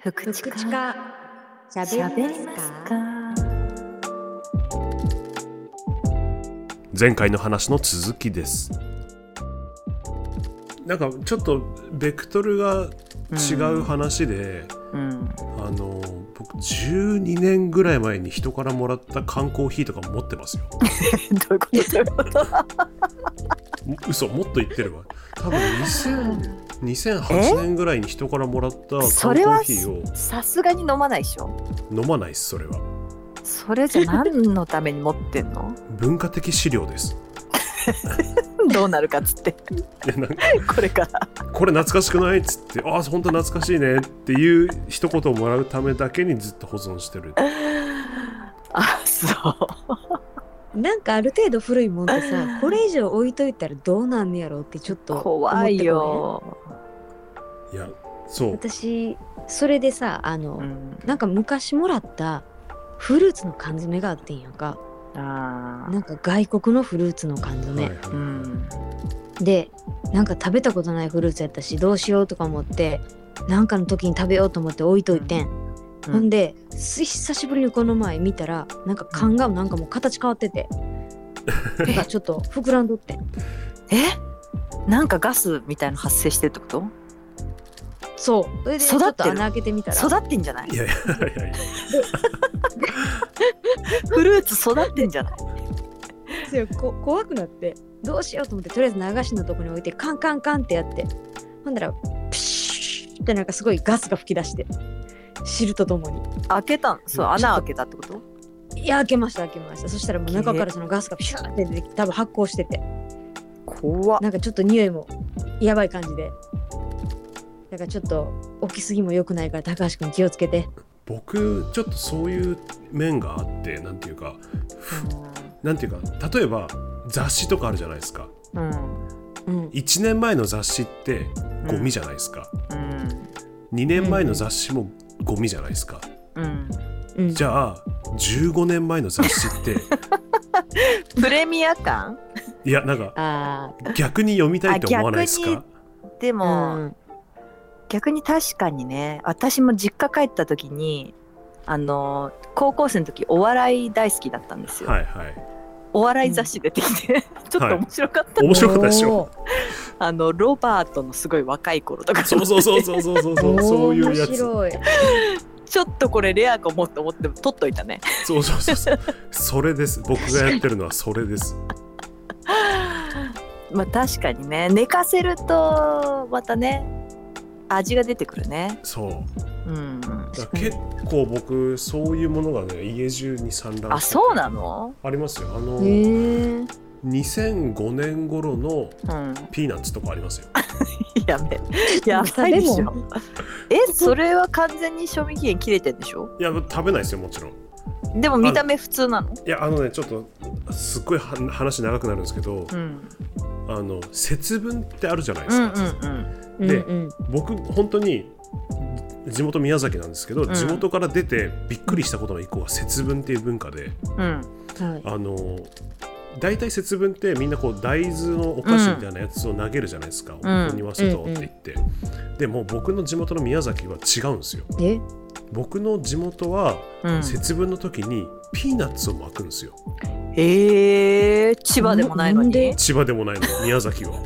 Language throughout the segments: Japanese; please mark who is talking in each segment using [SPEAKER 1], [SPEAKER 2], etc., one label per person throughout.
[SPEAKER 1] 福
[SPEAKER 2] 口かしゃ
[SPEAKER 1] しゃべ
[SPEAKER 2] べ
[SPEAKER 1] り
[SPEAKER 2] り
[SPEAKER 1] ま
[SPEAKER 2] ますす
[SPEAKER 1] か
[SPEAKER 2] か
[SPEAKER 3] 前回の話の続きですなんかちょっとベクトルが違う話で、
[SPEAKER 1] うん
[SPEAKER 3] あの僕12年ぐらい前に人からもらった缶コーヒーとか持ってますよ
[SPEAKER 1] どういうことどういうこと
[SPEAKER 3] 嘘もっと言ってれば多分2000 2008年ぐらいに人からもらった缶コ
[SPEAKER 1] それは
[SPEAKER 3] ーヒーを
[SPEAKER 1] さすがに飲まないでしょ
[SPEAKER 3] 飲まないですそれは
[SPEAKER 1] それじゃ何のために持ってんの
[SPEAKER 3] 文化的資料です
[SPEAKER 1] どうなるかっつって
[SPEAKER 3] いやなんか
[SPEAKER 1] これから
[SPEAKER 3] これ懐かしくないっつってああ本当懐かしいねっていう一言をもらうためだけにずっと保存してる
[SPEAKER 1] あそう
[SPEAKER 2] なんかある程度古いもんってさこれ以上置いといたらどうなんねやろうってちょっと思ってこ
[SPEAKER 1] 怖
[SPEAKER 2] うね
[SPEAKER 1] いよ、
[SPEAKER 3] いやそう
[SPEAKER 2] 私それでさあの、
[SPEAKER 1] うん、
[SPEAKER 2] なんか昔もらったフルーツの缶詰があってんやんか
[SPEAKER 1] あ
[SPEAKER 2] なんか外国のフルーツの缶詰、
[SPEAKER 3] はいはい
[SPEAKER 1] ーうん
[SPEAKER 2] でなんか食べたことないフルーツやったしどうしようとか思ってなんかの時に食べようと思って置いといて
[SPEAKER 1] う
[SPEAKER 2] ん、
[SPEAKER 1] ん
[SPEAKER 2] ほんです久しぶりにこの前見たらなんか缶がなんかもう形変わって て、なんかちょっと膨らんどってん
[SPEAKER 1] えなんかガスみたいなの発生してるってこと
[SPEAKER 2] そうそれでちょっと
[SPEAKER 1] 育ってる
[SPEAKER 2] 穴開けてみたら
[SPEAKER 1] 育ってんじゃない
[SPEAKER 3] いやいやいやいや
[SPEAKER 1] フルーツ育ってんじゃない
[SPEAKER 2] そうこ怖くなってどうしようと思ってとりあえず流しのとこに置いてカンカンカンってやってほんだらプシューってなんかすごいガスが吹き出して汁とともに
[SPEAKER 1] 開けたんそう
[SPEAKER 3] うん
[SPEAKER 1] 穴開けたってこと
[SPEAKER 2] いや開けました開けましたそしたらもう中からそのガスがピシューって出てきて多分発酵してて
[SPEAKER 1] 怖っ
[SPEAKER 2] なんかちょっと匂いもやばい感じでなんかちょっと置きすぎも良くないから高橋君気をつけて
[SPEAKER 3] 僕ちょっとそういう面があってなんていうかなんていうか例えば雑誌とかあるじゃないですか
[SPEAKER 1] うん
[SPEAKER 2] うん
[SPEAKER 3] 1年前の雑誌ってゴミじゃないですか、2年前の雑誌もゴミじゃないですか、
[SPEAKER 1] うん、うん、
[SPEAKER 2] うん
[SPEAKER 3] じゃあ15年前の雑誌って
[SPEAKER 1] プレミア感
[SPEAKER 3] いやなんか
[SPEAKER 2] あ
[SPEAKER 3] 逆に読みたいと思わないです
[SPEAKER 1] あ逆
[SPEAKER 3] か
[SPEAKER 1] で
[SPEAKER 2] あ
[SPEAKER 1] も、
[SPEAKER 2] うん
[SPEAKER 1] 逆に確かにね私も実家帰った時にあの高校生の時お笑い大好きだったんですよ、
[SPEAKER 3] はいはい
[SPEAKER 1] お笑い雑誌出てきて、 ちょっと面白かった、
[SPEAKER 3] 面白かったでしょ
[SPEAKER 1] あのロバートのすごい若い頃とか
[SPEAKER 3] そうそうそうそうそうそうそ
[SPEAKER 2] おー
[SPEAKER 3] うそういうや
[SPEAKER 2] 面
[SPEAKER 3] つ
[SPEAKER 2] 白い
[SPEAKER 1] ちょっとこれレアかもって思って撮っといたね
[SPEAKER 3] そうそうそうそうそれです僕がやってるのはそれです
[SPEAKER 1] まあ確かにね寝かせるとまたね味が出てくるね
[SPEAKER 3] そう
[SPEAKER 1] うん
[SPEAKER 3] だから結構僕そういうものがね家中に散乱してて
[SPEAKER 1] あそうなの
[SPEAKER 3] ありますよあ
[SPEAKER 2] へ
[SPEAKER 3] の、
[SPEAKER 2] え
[SPEAKER 3] 2005年頃の
[SPEAKER 1] うん
[SPEAKER 3] ピーナッツとかありますよ
[SPEAKER 1] やべやばいでしょえそれは完全に賞味期限切れてんでしょ
[SPEAKER 3] いや食べないですよもちろんい
[SPEAKER 1] でも見た目普通なの
[SPEAKER 3] やあのねちょっとすっごいは話長くなるんですけど、
[SPEAKER 1] うん
[SPEAKER 3] あの節分ってあるじゃないで
[SPEAKER 1] う
[SPEAKER 3] す
[SPEAKER 1] ん
[SPEAKER 3] か、
[SPEAKER 1] うん
[SPEAKER 2] うん
[SPEAKER 3] で
[SPEAKER 2] うん
[SPEAKER 3] 僕本当に地元宮崎なんですけど、
[SPEAKER 1] ん
[SPEAKER 3] 地元から出てびっくりしたことの一個は節分っていう文化で
[SPEAKER 1] うんうん
[SPEAKER 2] はい
[SPEAKER 3] あの大体節分ってみんなこう大豆のお菓子みたいなやつを投げるじゃないですか、お
[SPEAKER 1] ん
[SPEAKER 3] ここに忘れたって言って、でも僕の地元の宮崎は違うんですよ
[SPEAKER 2] え
[SPEAKER 3] 僕の地元は
[SPEAKER 1] うん
[SPEAKER 3] 節分の時にピーナッツを巻くんですよ
[SPEAKER 1] えー、千葉でもないの
[SPEAKER 2] なんで
[SPEAKER 1] に
[SPEAKER 3] 千葉でもな いの宮崎はだ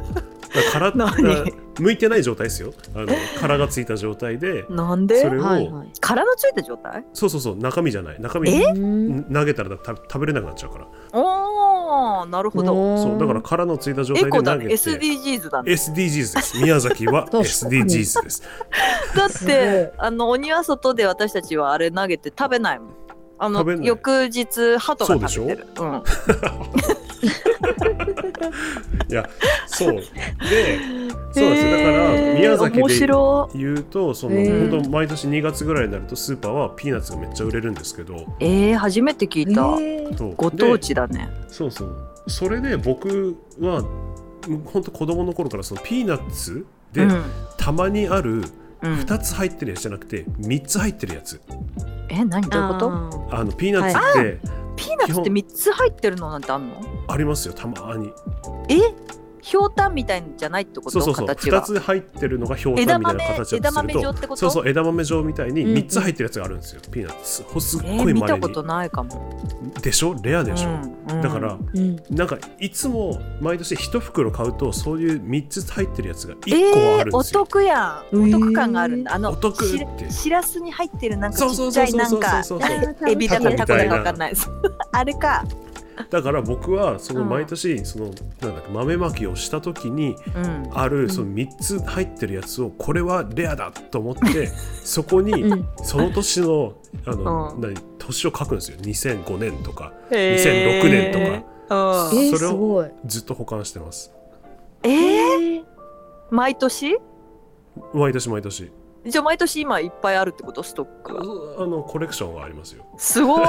[SPEAKER 3] から
[SPEAKER 1] 何
[SPEAKER 3] 殻向いてない状態ですよあの殻がついた状態で
[SPEAKER 1] なん
[SPEAKER 3] そ
[SPEAKER 1] で
[SPEAKER 3] れを、
[SPEAKER 2] はいはい
[SPEAKER 1] 殻のついた状態
[SPEAKER 3] そうそうそう中身じゃない中身
[SPEAKER 1] え
[SPEAKER 2] うん
[SPEAKER 3] 投げたらだ食食べれなくなっちゃうから
[SPEAKER 1] おーなるほど
[SPEAKER 3] そうだから殻のついた状
[SPEAKER 1] エ
[SPEAKER 3] 態で
[SPEAKER 1] コ
[SPEAKER 3] 投
[SPEAKER 1] だ
[SPEAKER 3] げ
[SPEAKER 1] ね
[SPEAKER 3] て
[SPEAKER 1] SDGs だね
[SPEAKER 3] SDGs です。宮崎は
[SPEAKER 2] 確かに
[SPEAKER 3] SDGs です。
[SPEAKER 1] だっ
[SPEAKER 2] すごい
[SPEAKER 1] てあの鬼は外で私たちはあれ投げて食べないもんあの
[SPEAKER 3] 食べない
[SPEAKER 1] 翌日鳩が食べてるうん
[SPEAKER 3] いや、そう。で、そうなんですよ。だから、
[SPEAKER 1] へー
[SPEAKER 3] 宮崎
[SPEAKER 1] 面
[SPEAKER 3] で
[SPEAKER 1] 白
[SPEAKER 3] 言うと、その、
[SPEAKER 2] へ
[SPEAKER 3] 本
[SPEAKER 2] ー
[SPEAKER 3] 当毎年2月ぐらいになると、スーパーはピーナッツがめっちゃ売れるんですけど、
[SPEAKER 1] えー、初めて聞いた、
[SPEAKER 2] えー
[SPEAKER 3] そう
[SPEAKER 1] ご当地だね
[SPEAKER 3] でそうそう。それで僕は、本当子供の頃から、そのピーナッツで、
[SPEAKER 1] うん
[SPEAKER 3] たまにある
[SPEAKER 1] うん
[SPEAKER 3] 2つ入ってるやつじゃなくて、3つ入ってるやつ。
[SPEAKER 1] え何どういうこと
[SPEAKER 2] あ
[SPEAKER 3] あの、ピーナッツって
[SPEAKER 1] ピーナッツって3つ入ってるのなんてあんの
[SPEAKER 3] ありますよ、たまに。
[SPEAKER 1] えひょうたんみたいじゃないってこと
[SPEAKER 3] そうそうそう
[SPEAKER 1] 形
[SPEAKER 3] 2
[SPEAKER 1] が
[SPEAKER 3] つ入ってるのがひょうた
[SPEAKER 1] 枝
[SPEAKER 3] んみたい
[SPEAKER 1] 豆
[SPEAKER 3] な形
[SPEAKER 1] 枝
[SPEAKER 3] だとする
[SPEAKER 1] 豆状っ
[SPEAKER 3] と
[SPEAKER 1] てこと
[SPEAKER 3] そうそう枝豆状みたいに
[SPEAKER 2] うんうん
[SPEAKER 3] 3つ入ってるやつがあるんですよ、ピーナッツほすっ
[SPEAKER 1] え
[SPEAKER 3] ごい
[SPEAKER 1] ー、見
[SPEAKER 3] 稀
[SPEAKER 1] た
[SPEAKER 3] に、
[SPEAKER 1] ことないかも
[SPEAKER 3] でしょレアでしょ、
[SPEAKER 1] うんうん
[SPEAKER 3] だから
[SPEAKER 2] うん、
[SPEAKER 3] なんかいつも毎年1袋買うとそういう3つ入ってるやつが
[SPEAKER 1] え
[SPEAKER 3] 1個は
[SPEAKER 1] ー
[SPEAKER 3] あるんで
[SPEAKER 1] お
[SPEAKER 3] すよ、
[SPEAKER 1] 得やんお得感があるんだ、あの
[SPEAKER 3] お得
[SPEAKER 1] し
[SPEAKER 3] って
[SPEAKER 1] しらすに入ってるなんか
[SPEAKER 3] そう
[SPEAKER 1] ち
[SPEAKER 3] そ
[SPEAKER 1] っ
[SPEAKER 3] う
[SPEAKER 1] ち
[SPEAKER 3] そ
[SPEAKER 1] ゃ
[SPEAKER 3] う
[SPEAKER 1] い
[SPEAKER 3] そう
[SPEAKER 1] な
[SPEAKER 3] そ
[SPEAKER 1] ん
[SPEAKER 3] う
[SPEAKER 1] か
[SPEAKER 3] そう
[SPEAKER 1] エビだかタコだかわかんないです あれか、
[SPEAKER 3] だから僕はその
[SPEAKER 1] うん
[SPEAKER 3] 毎年そのなんだっけ豆まきをした時に
[SPEAKER 1] うん、
[SPEAKER 3] あ
[SPEAKER 2] ん
[SPEAKER 3] るその3つ入ってるやつをこれはレアだと 思ってそこに
[SPEAKER 2] うん
[SPEAKER 3] その年のあの
[SPEAKER 1] うん
[SPEAKER 3] 何年を書くんですよ2005年とか
[SPEAKER 1] へ
[SPEAKER 3] 2006
[SPEAKER 1] ー
[SPEAKER 3] 年
[SPEAKER 1] うん
[SPEAKER 2] えー、
[SPEAKER 3] それを
[SPEAKER 2] すごい。
[SPEAKER 3] ずっと保管してます
[SPEAKER 1] えー、
[SPEAKER 2] え
[SPEAKER 1] 毎年
[SPEAKER 3] 毎年毎年
[SPEAKER 1] じゃあ毎年今いっぱいあるってことストックが
[SPEAKER 3] あのコレクションはあり ますよ
[SPEAKER 1] すごっ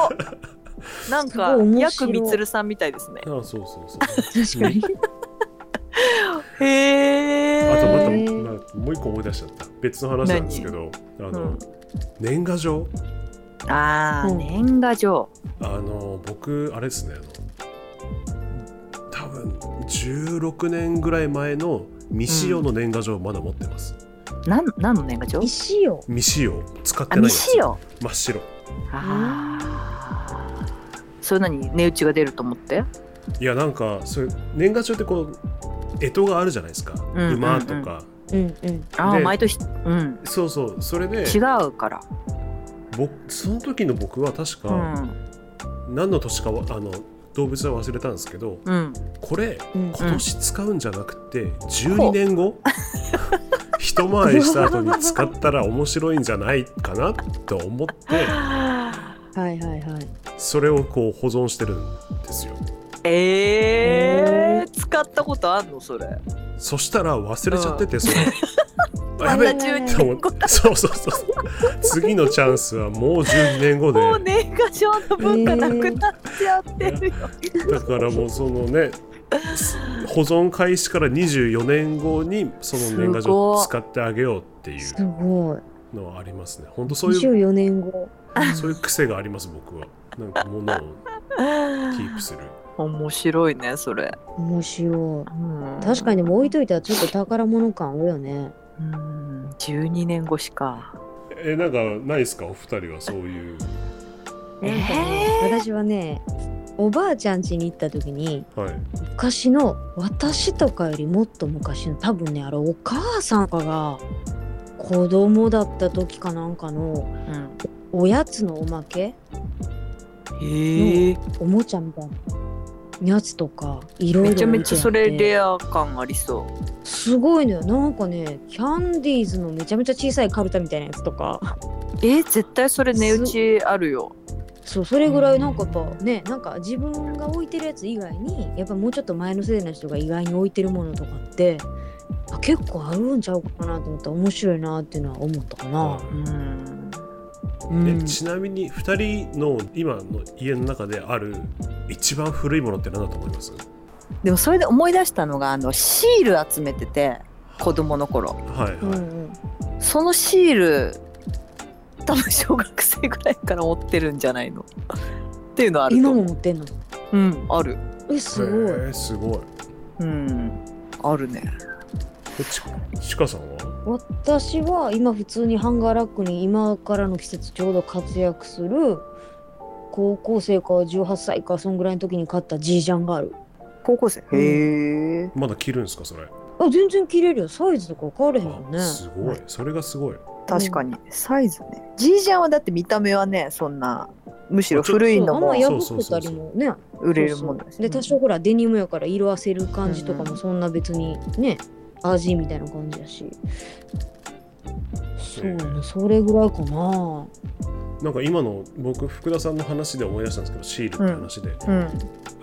[SPEAKER 1] なんか
[SPEAKER 2] すごい面
[SPEAKER 1] ヤ
[SPEAKER 2] 白
[SPEAKER 1] ク
[SPEAKER 2] い
[SPEAKER 1] ミツルさんみたいですね
[SPEAKER 3] あそうそうそう
[SPEAKER 2] ー、確かに。
[SPEAKER 1] へ
[SPEAKER 2] へ
[SPEAKER 3] あとまた、
[SPEAKER 1] え
[SPEAKER 2] ー
[SPEAKER 3] まあもう一個思い出しちゃった別の話なんですけどあの、
[SPEAKER 1] うん
[SPEAKER 3] 年賀状
[SPEAKER 1] あー
[SPEAKER 2] うん
[SPEAKER 1] 年賀状
[SPEAKER 3] あの僕あれですねあの多分16年ぐらい前の未使用の年賀状をまだ持ってます、
[SPEAKER 1] なん何の年賀状
[SPEAKER 2] 石よ。
[SPEAKER 3] 未使用使って
[SPEAKER 1] あ
[SPEAKER 3] ないや
[SPEAKER 1] 未
[SPEAKER 3] つ
[SPEAKER 1] 使用
[SPEAKER 3] 真っ白
[SPEAKER 1] あーそれ何値打ちが出ると思って
[SPEAKER 3] いやなんかそれ年賀状ってこう干支があるじゃないですか、
[SPEAKER 1] んうん
[SPEAKER 3] 馬とか
[SPEAKER 2] うんうん。
[SPEAKER 1] ああ
[SPEAKER 3] で
[SPEAKER 1] 毎年うん
[SPEAKER 3] そうそうそれで
[SPEAKER 1] 違うから
[SPEAKER 3] 僕その時の僕は確
[SPEAKER 1] う
[SPEAKER 3] か
[SPEAKER 1] ん
[SPEAKER 3] 何の年かはあの動物は忘れたんですけど
[SPEAKER 1] うん
[SPEAKER 3] これ
[SPEAKER 2] うん
[SPEAKER 3] 今年使うんじゃなくて12 年後一回りした後に使ったら面白いんじゃないかなと思って
[SPEAKER 2] はいはいはい。
[SPEAKER 3] それをこう保存してるんですよ
[SPEAKER 1] えー、使ったことあんのそれ
[SPEAKER 3] そしたら忘れちゃっててそれあ
[SPEAKER 1] あ
[SPEAKER 3] や
[SPEAKER 1] ん
[SPEAKER 3] べ
[SPEAKER 1] な
[SPEAKER 3] え
[SPEAKER 1] 中
[SPEAKER 3] と思って そうそうそうそう次のチャンスはもう12年後で
[SPEAKER 1] もう年賀状の文化なくなっちゃって る よ、
[SPEAKER 3] だからもうそのね保存開始から24年後にその年賀状を使ってあげようってい
[SPEAKER 2] す
[SPEAKER 3] う
[SPEAKER 2] ごい。
[SPEAKER 3] のはありますね本当そう
[SPEAKER 2] 二
[SPEAKER 3] いう
[SPEAKER 2] 十四年後。
[SPEAKER 3] そういう癖があります僕は。なんか物をキープする。
[SPEAKER 1] 面白いねそれ、
[SPEAKER 2] 面白
[SPEAKER 1] うん
[SPEAKER 2] い。確かにでも置いといたらちょっと宝物感多いよね。
[SPEAKER 1] うん12年越しか
[SPEAKER 3] えなんかないですかお二人はそういう。
[SPEAKER 1] えー
[SPEAKER 2] なんかね私はね、おばあちゃん家に行った時に
[SPEAKER 3] はい。
[SPEAKER 2] 昔の私とかよりもっと昔の多分ねあれお母さんかが子供だった時かなんかの
[SPEAKER 1] うん
[SPEAKER 2] おやつのおまけ
[SPEAKER 1] へえ
[SPEAKER 2] おもちゃみたいなやつとかいろいろ
[SPEAKER 1] めちゃめちゃそれ
[SPEAKER 2] で
[SPEAKER 1] レア感ありそ
[SPEAKER 2] すごいのよなんかねキャンディーズのめちゃめちゃ小さいカルタみたいなやつとか
[SPEAKER 1] うえー、絶対それ値打ちあるよ
[SPEAKER 2] そうそれぐらいなんかやっぱねなんか自分が置いてるやつ以外にやっぱもうちょっと前の世代の人が意外に置いてるものとかってあ結構あるんちゃうかなと思った面白いなっていうのは思ったかな、
[SPEAKER 1] うん
[SPEAKER 2] うん
[SPEAKER 3] えちなみに二人の今の家の中である一番古いものって何だと思います？
[SPEAKER 1] でもそれで思い出したのがあのシール集めてて子供の頃
[SPEAKER 3] はい
[SPEAKER 2] うん
[SPEAKER 3] は
[SPEAKER 2] う
[SPEAKER 3] い。
[SPEAKER 2] ん、
[SPEAKER 1] そのシール多分小学生ぐらいから持ってるんじゃないのっていうのあると
[SPEAKER 2] 今
[SPEAKER 1] 思
[SPEAKER 2] も
[SPEAKER 1] う
[SPEAKER 2] 持ってんの
[SPEAKER 1] うんある
[SPEAKER 2] えすごい
[SPEAKER 3] へえすごい。こ
[SPEAKER 1] うんあるね
[SPEAKER 3] っちちかさんは？
[SPEAKER 2] 私は今普通にハンガーラックに今からの季節ちょうど活躍する高校生か18歳かそんぐらいの時に買ったジージャンがある
[SPEAKER 1] 高校生へえ
[SPEAKER 3] まだ着るんですかそれ？
[SPEAKER 2] あ全然着れるよサイズとか変われへんもんね
[SPEAKER 3] あすごい。それがすごい。
[SPEAKER 1] 確かにサイズねジージャンはだって見た目はねそんなむしろ古いの
[SPEAKER 2] そうあ
[SPEAKER 1] も
[SPEAKER 2] んま破けたりもね
[SPEAKER 1] 売れる
[SPEAKER 2] そ
[SPEAKER 1] も
[SPEAKER 2] う
[SPEAKER 1] の
[SPEAKER 2] そうで多少ほらデニムやから色あせる感じとか
[SPEAKER 1] うんう
[SPEAKER 2] も
[SPEAKER 1] ん
[SPEAKER 2] そんな別にね味みたいな感じやしそうや
[SPEAKER 3] う
[SPEAKER 2] ねそれぐらいかな
[SPEAKER 3] なんか今の僕福田さんの話で思い出したんですけどシールって話で、
[SPEAKER 1] うん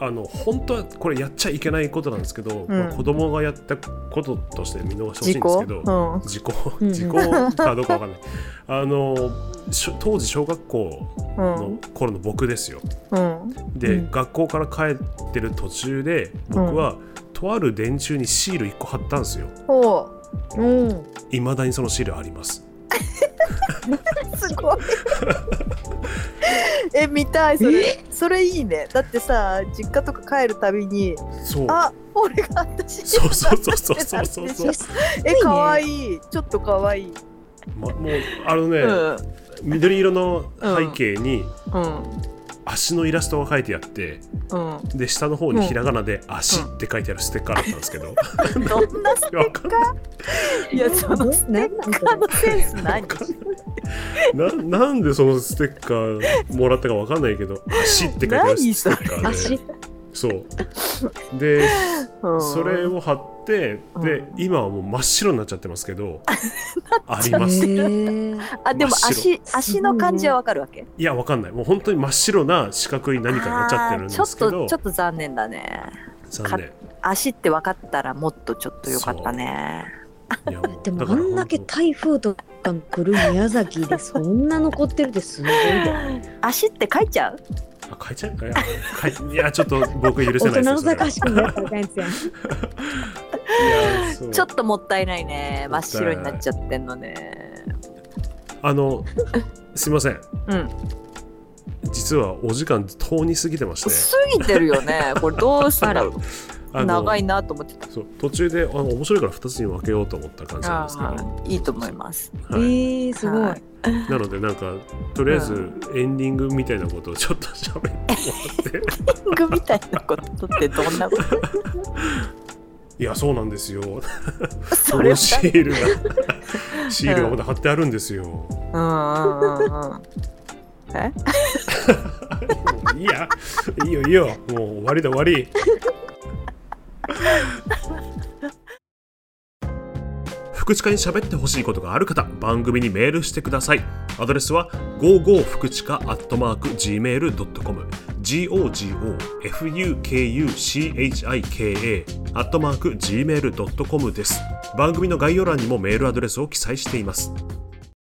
[SPEAKER 3] あの本当はこれやっちゃいけないことなんですけど、まあ子供がやったこととして見逃してほし
[SPEAKER 1] 事故
[SPEAKER 3] いんですけど、
[SPEAKER 1] うん
[SPEAKER 3] 時効
[SPEAKER 2] うんうん
[SPEAKER 3] 時効 かどうかわかんないあのしょ当時小学校
[SPEAKER 1] う
[SPEAKER 3] の
[SPEAKER 1] ん
[SPEAKER 3] 頃の僕ですよ
[SPEAKER 1] うん
[SPEAKER 3] で、
[SPEAKER 2] うん
[SPEAKER 3] 学校から帰ってる途中で僕は、とある電柱にシール1個貼ったんですよ
[SPEAKER 1] おう
[SPEAKER 2] うん
[SPEAKER 3] いまだにそのシールあります
[SPEAKER 1] すごいえ見たいそれそれいいねだってさ実家とか帰るたびに
[SPEAKER 3] そう
[SPEAKER 1] あおこれが私
[SPEAKER 3] そうそうそうそうそうそうそう、
[SPEAKER 1] え可愛
[SPEAKER 2] い。
[SPEAKER 1] いいちょっと可愛いい、
[SPEAKER 3] ま、もうあのね、
[SPEAKER 1] うん
[SPEAKER 3] 緑色の背景に
[SPEAKER 1] うん
[SPEAKER 3] 足のイラストが書いてあって
[SPEAKER 1] うん
[SPEAKER 3] で下の方にひらがなで「足」って書いてあるステッカーだったんですけど、
[SPEAKER 1] どんな
[SPEAKER 3] わかんない
[SPEAKER 1] いやそのステ
[SPEAKER 2] 何なん
[SPEAKER 1] ッカーのセンス何
[SPEAKER 3] わかんないななんでそのステッカーもらったかわかんないけど「足」って書いてあるステッカーで
[SPEAKER 2] 足。
[SPEAKER 3] そうで
[SPEAKER 1] うん
[SPEAKER 3] それを貼ってで
[SPEAKER 1] う
[SPEAKER 3] 今はもう真っ白になっちゃってますけどあり
[SPEAKER 2] へ
[SPEAKER 3] ます
[SPEAKER 2] ー
[SPEAKER 1] あでも
[SPEAKER 3] 真っ白
[SPEAKER 1] 足足の感じはわかるわけ
[SPEAKER 3] いやわかんないもう本当に真っ白な四角い何かになっちゃってるんですけ
[SPEAKER 1] あーちょ
[SPEAKER 3] ど
[SPEAKER 1] っとちょっと残念だね
[SPEAKER 3] 残念
[SPEAKER 1] 足って分かったらもっとちょっとよかったね
[SPEAKER 3] いやもう
[SPEAKER 2] でも
[SPEAKER 3] だ
[SPEAKER 2] あ
[SPEAKER 3] から
[SPEAKER 2] んだけ
[SPEAKER 3] 本
[SPEAKER 2] 台風とか来る宮崎でそんな残ってるってすごいで
[SPEAKER 1] 足って書いちゃう
[SPEAKER 3] 当あ変えちゃうかいや変えいやちょっと僕許せ
[SPEAKER 2] 大
[SPEAKER 3] な
[SPEAKER 2] 人
[SPEAKER 3] い
[SPEAKER 2] の
[SPEAKER 3] ですよそれは
[SPEAKER 2] 坂しかないからいですよね
[SPEAKER 3] いやそう
[SPEAKER 1] ちょっともったいないね真
[SPEAKER 3] も
[SPEAKER 1] っ
[SPEAKER 3] ったいな
[SPEAKER 1] 白
[SPEAKER 3] い
[SPEAKER 1] になっちゃってんのね
[SPEAKER 3] あのすいません
[SPEAKER 1] うん
[SPEAKER 3] 実はお時間遠に過ぎてまして
[SPEAKER 1] 過ぎてるよねこれどうしたら
[SPEAKER 3] あの
[SPEAKER 1] 長いなと思ってた
[SPEAKER 3] そう途中であの面白いから2つに分けようと思った感じなんですけど、
[SPEAKER 1] あーいいと思います
[SPEAKER 2] え
[SPEAKER 3] はい
[SPEAKER 2] ー、すごい
[SPEAKER 1] は。
[SPEAKER 3] なのでなんかとりあえずエンディングみたいなことをちょっと喋ってもらって
[SPEAKER 1] キングみたいなことってどんなこと
[SPEAKER 3] いやそうなんですよそ
[SPEAKER 1] それ
[SPEAKER 3] の
[SPEAKER 1] は
[SPEAKER 3] シールがシールがまだ貼ってあるんですよ、
[SPEAKER 1] うんうんうんうんえ
[SPEAKER 3] いいやいいよいいよもう終わりだ終わり福知課に喋ってほしいことがある方番組にメールしてくださいアドレスは55福知課 gmail.com gogofukuchika gmail.com です番組の概要欄にもメールアドレスを記載しています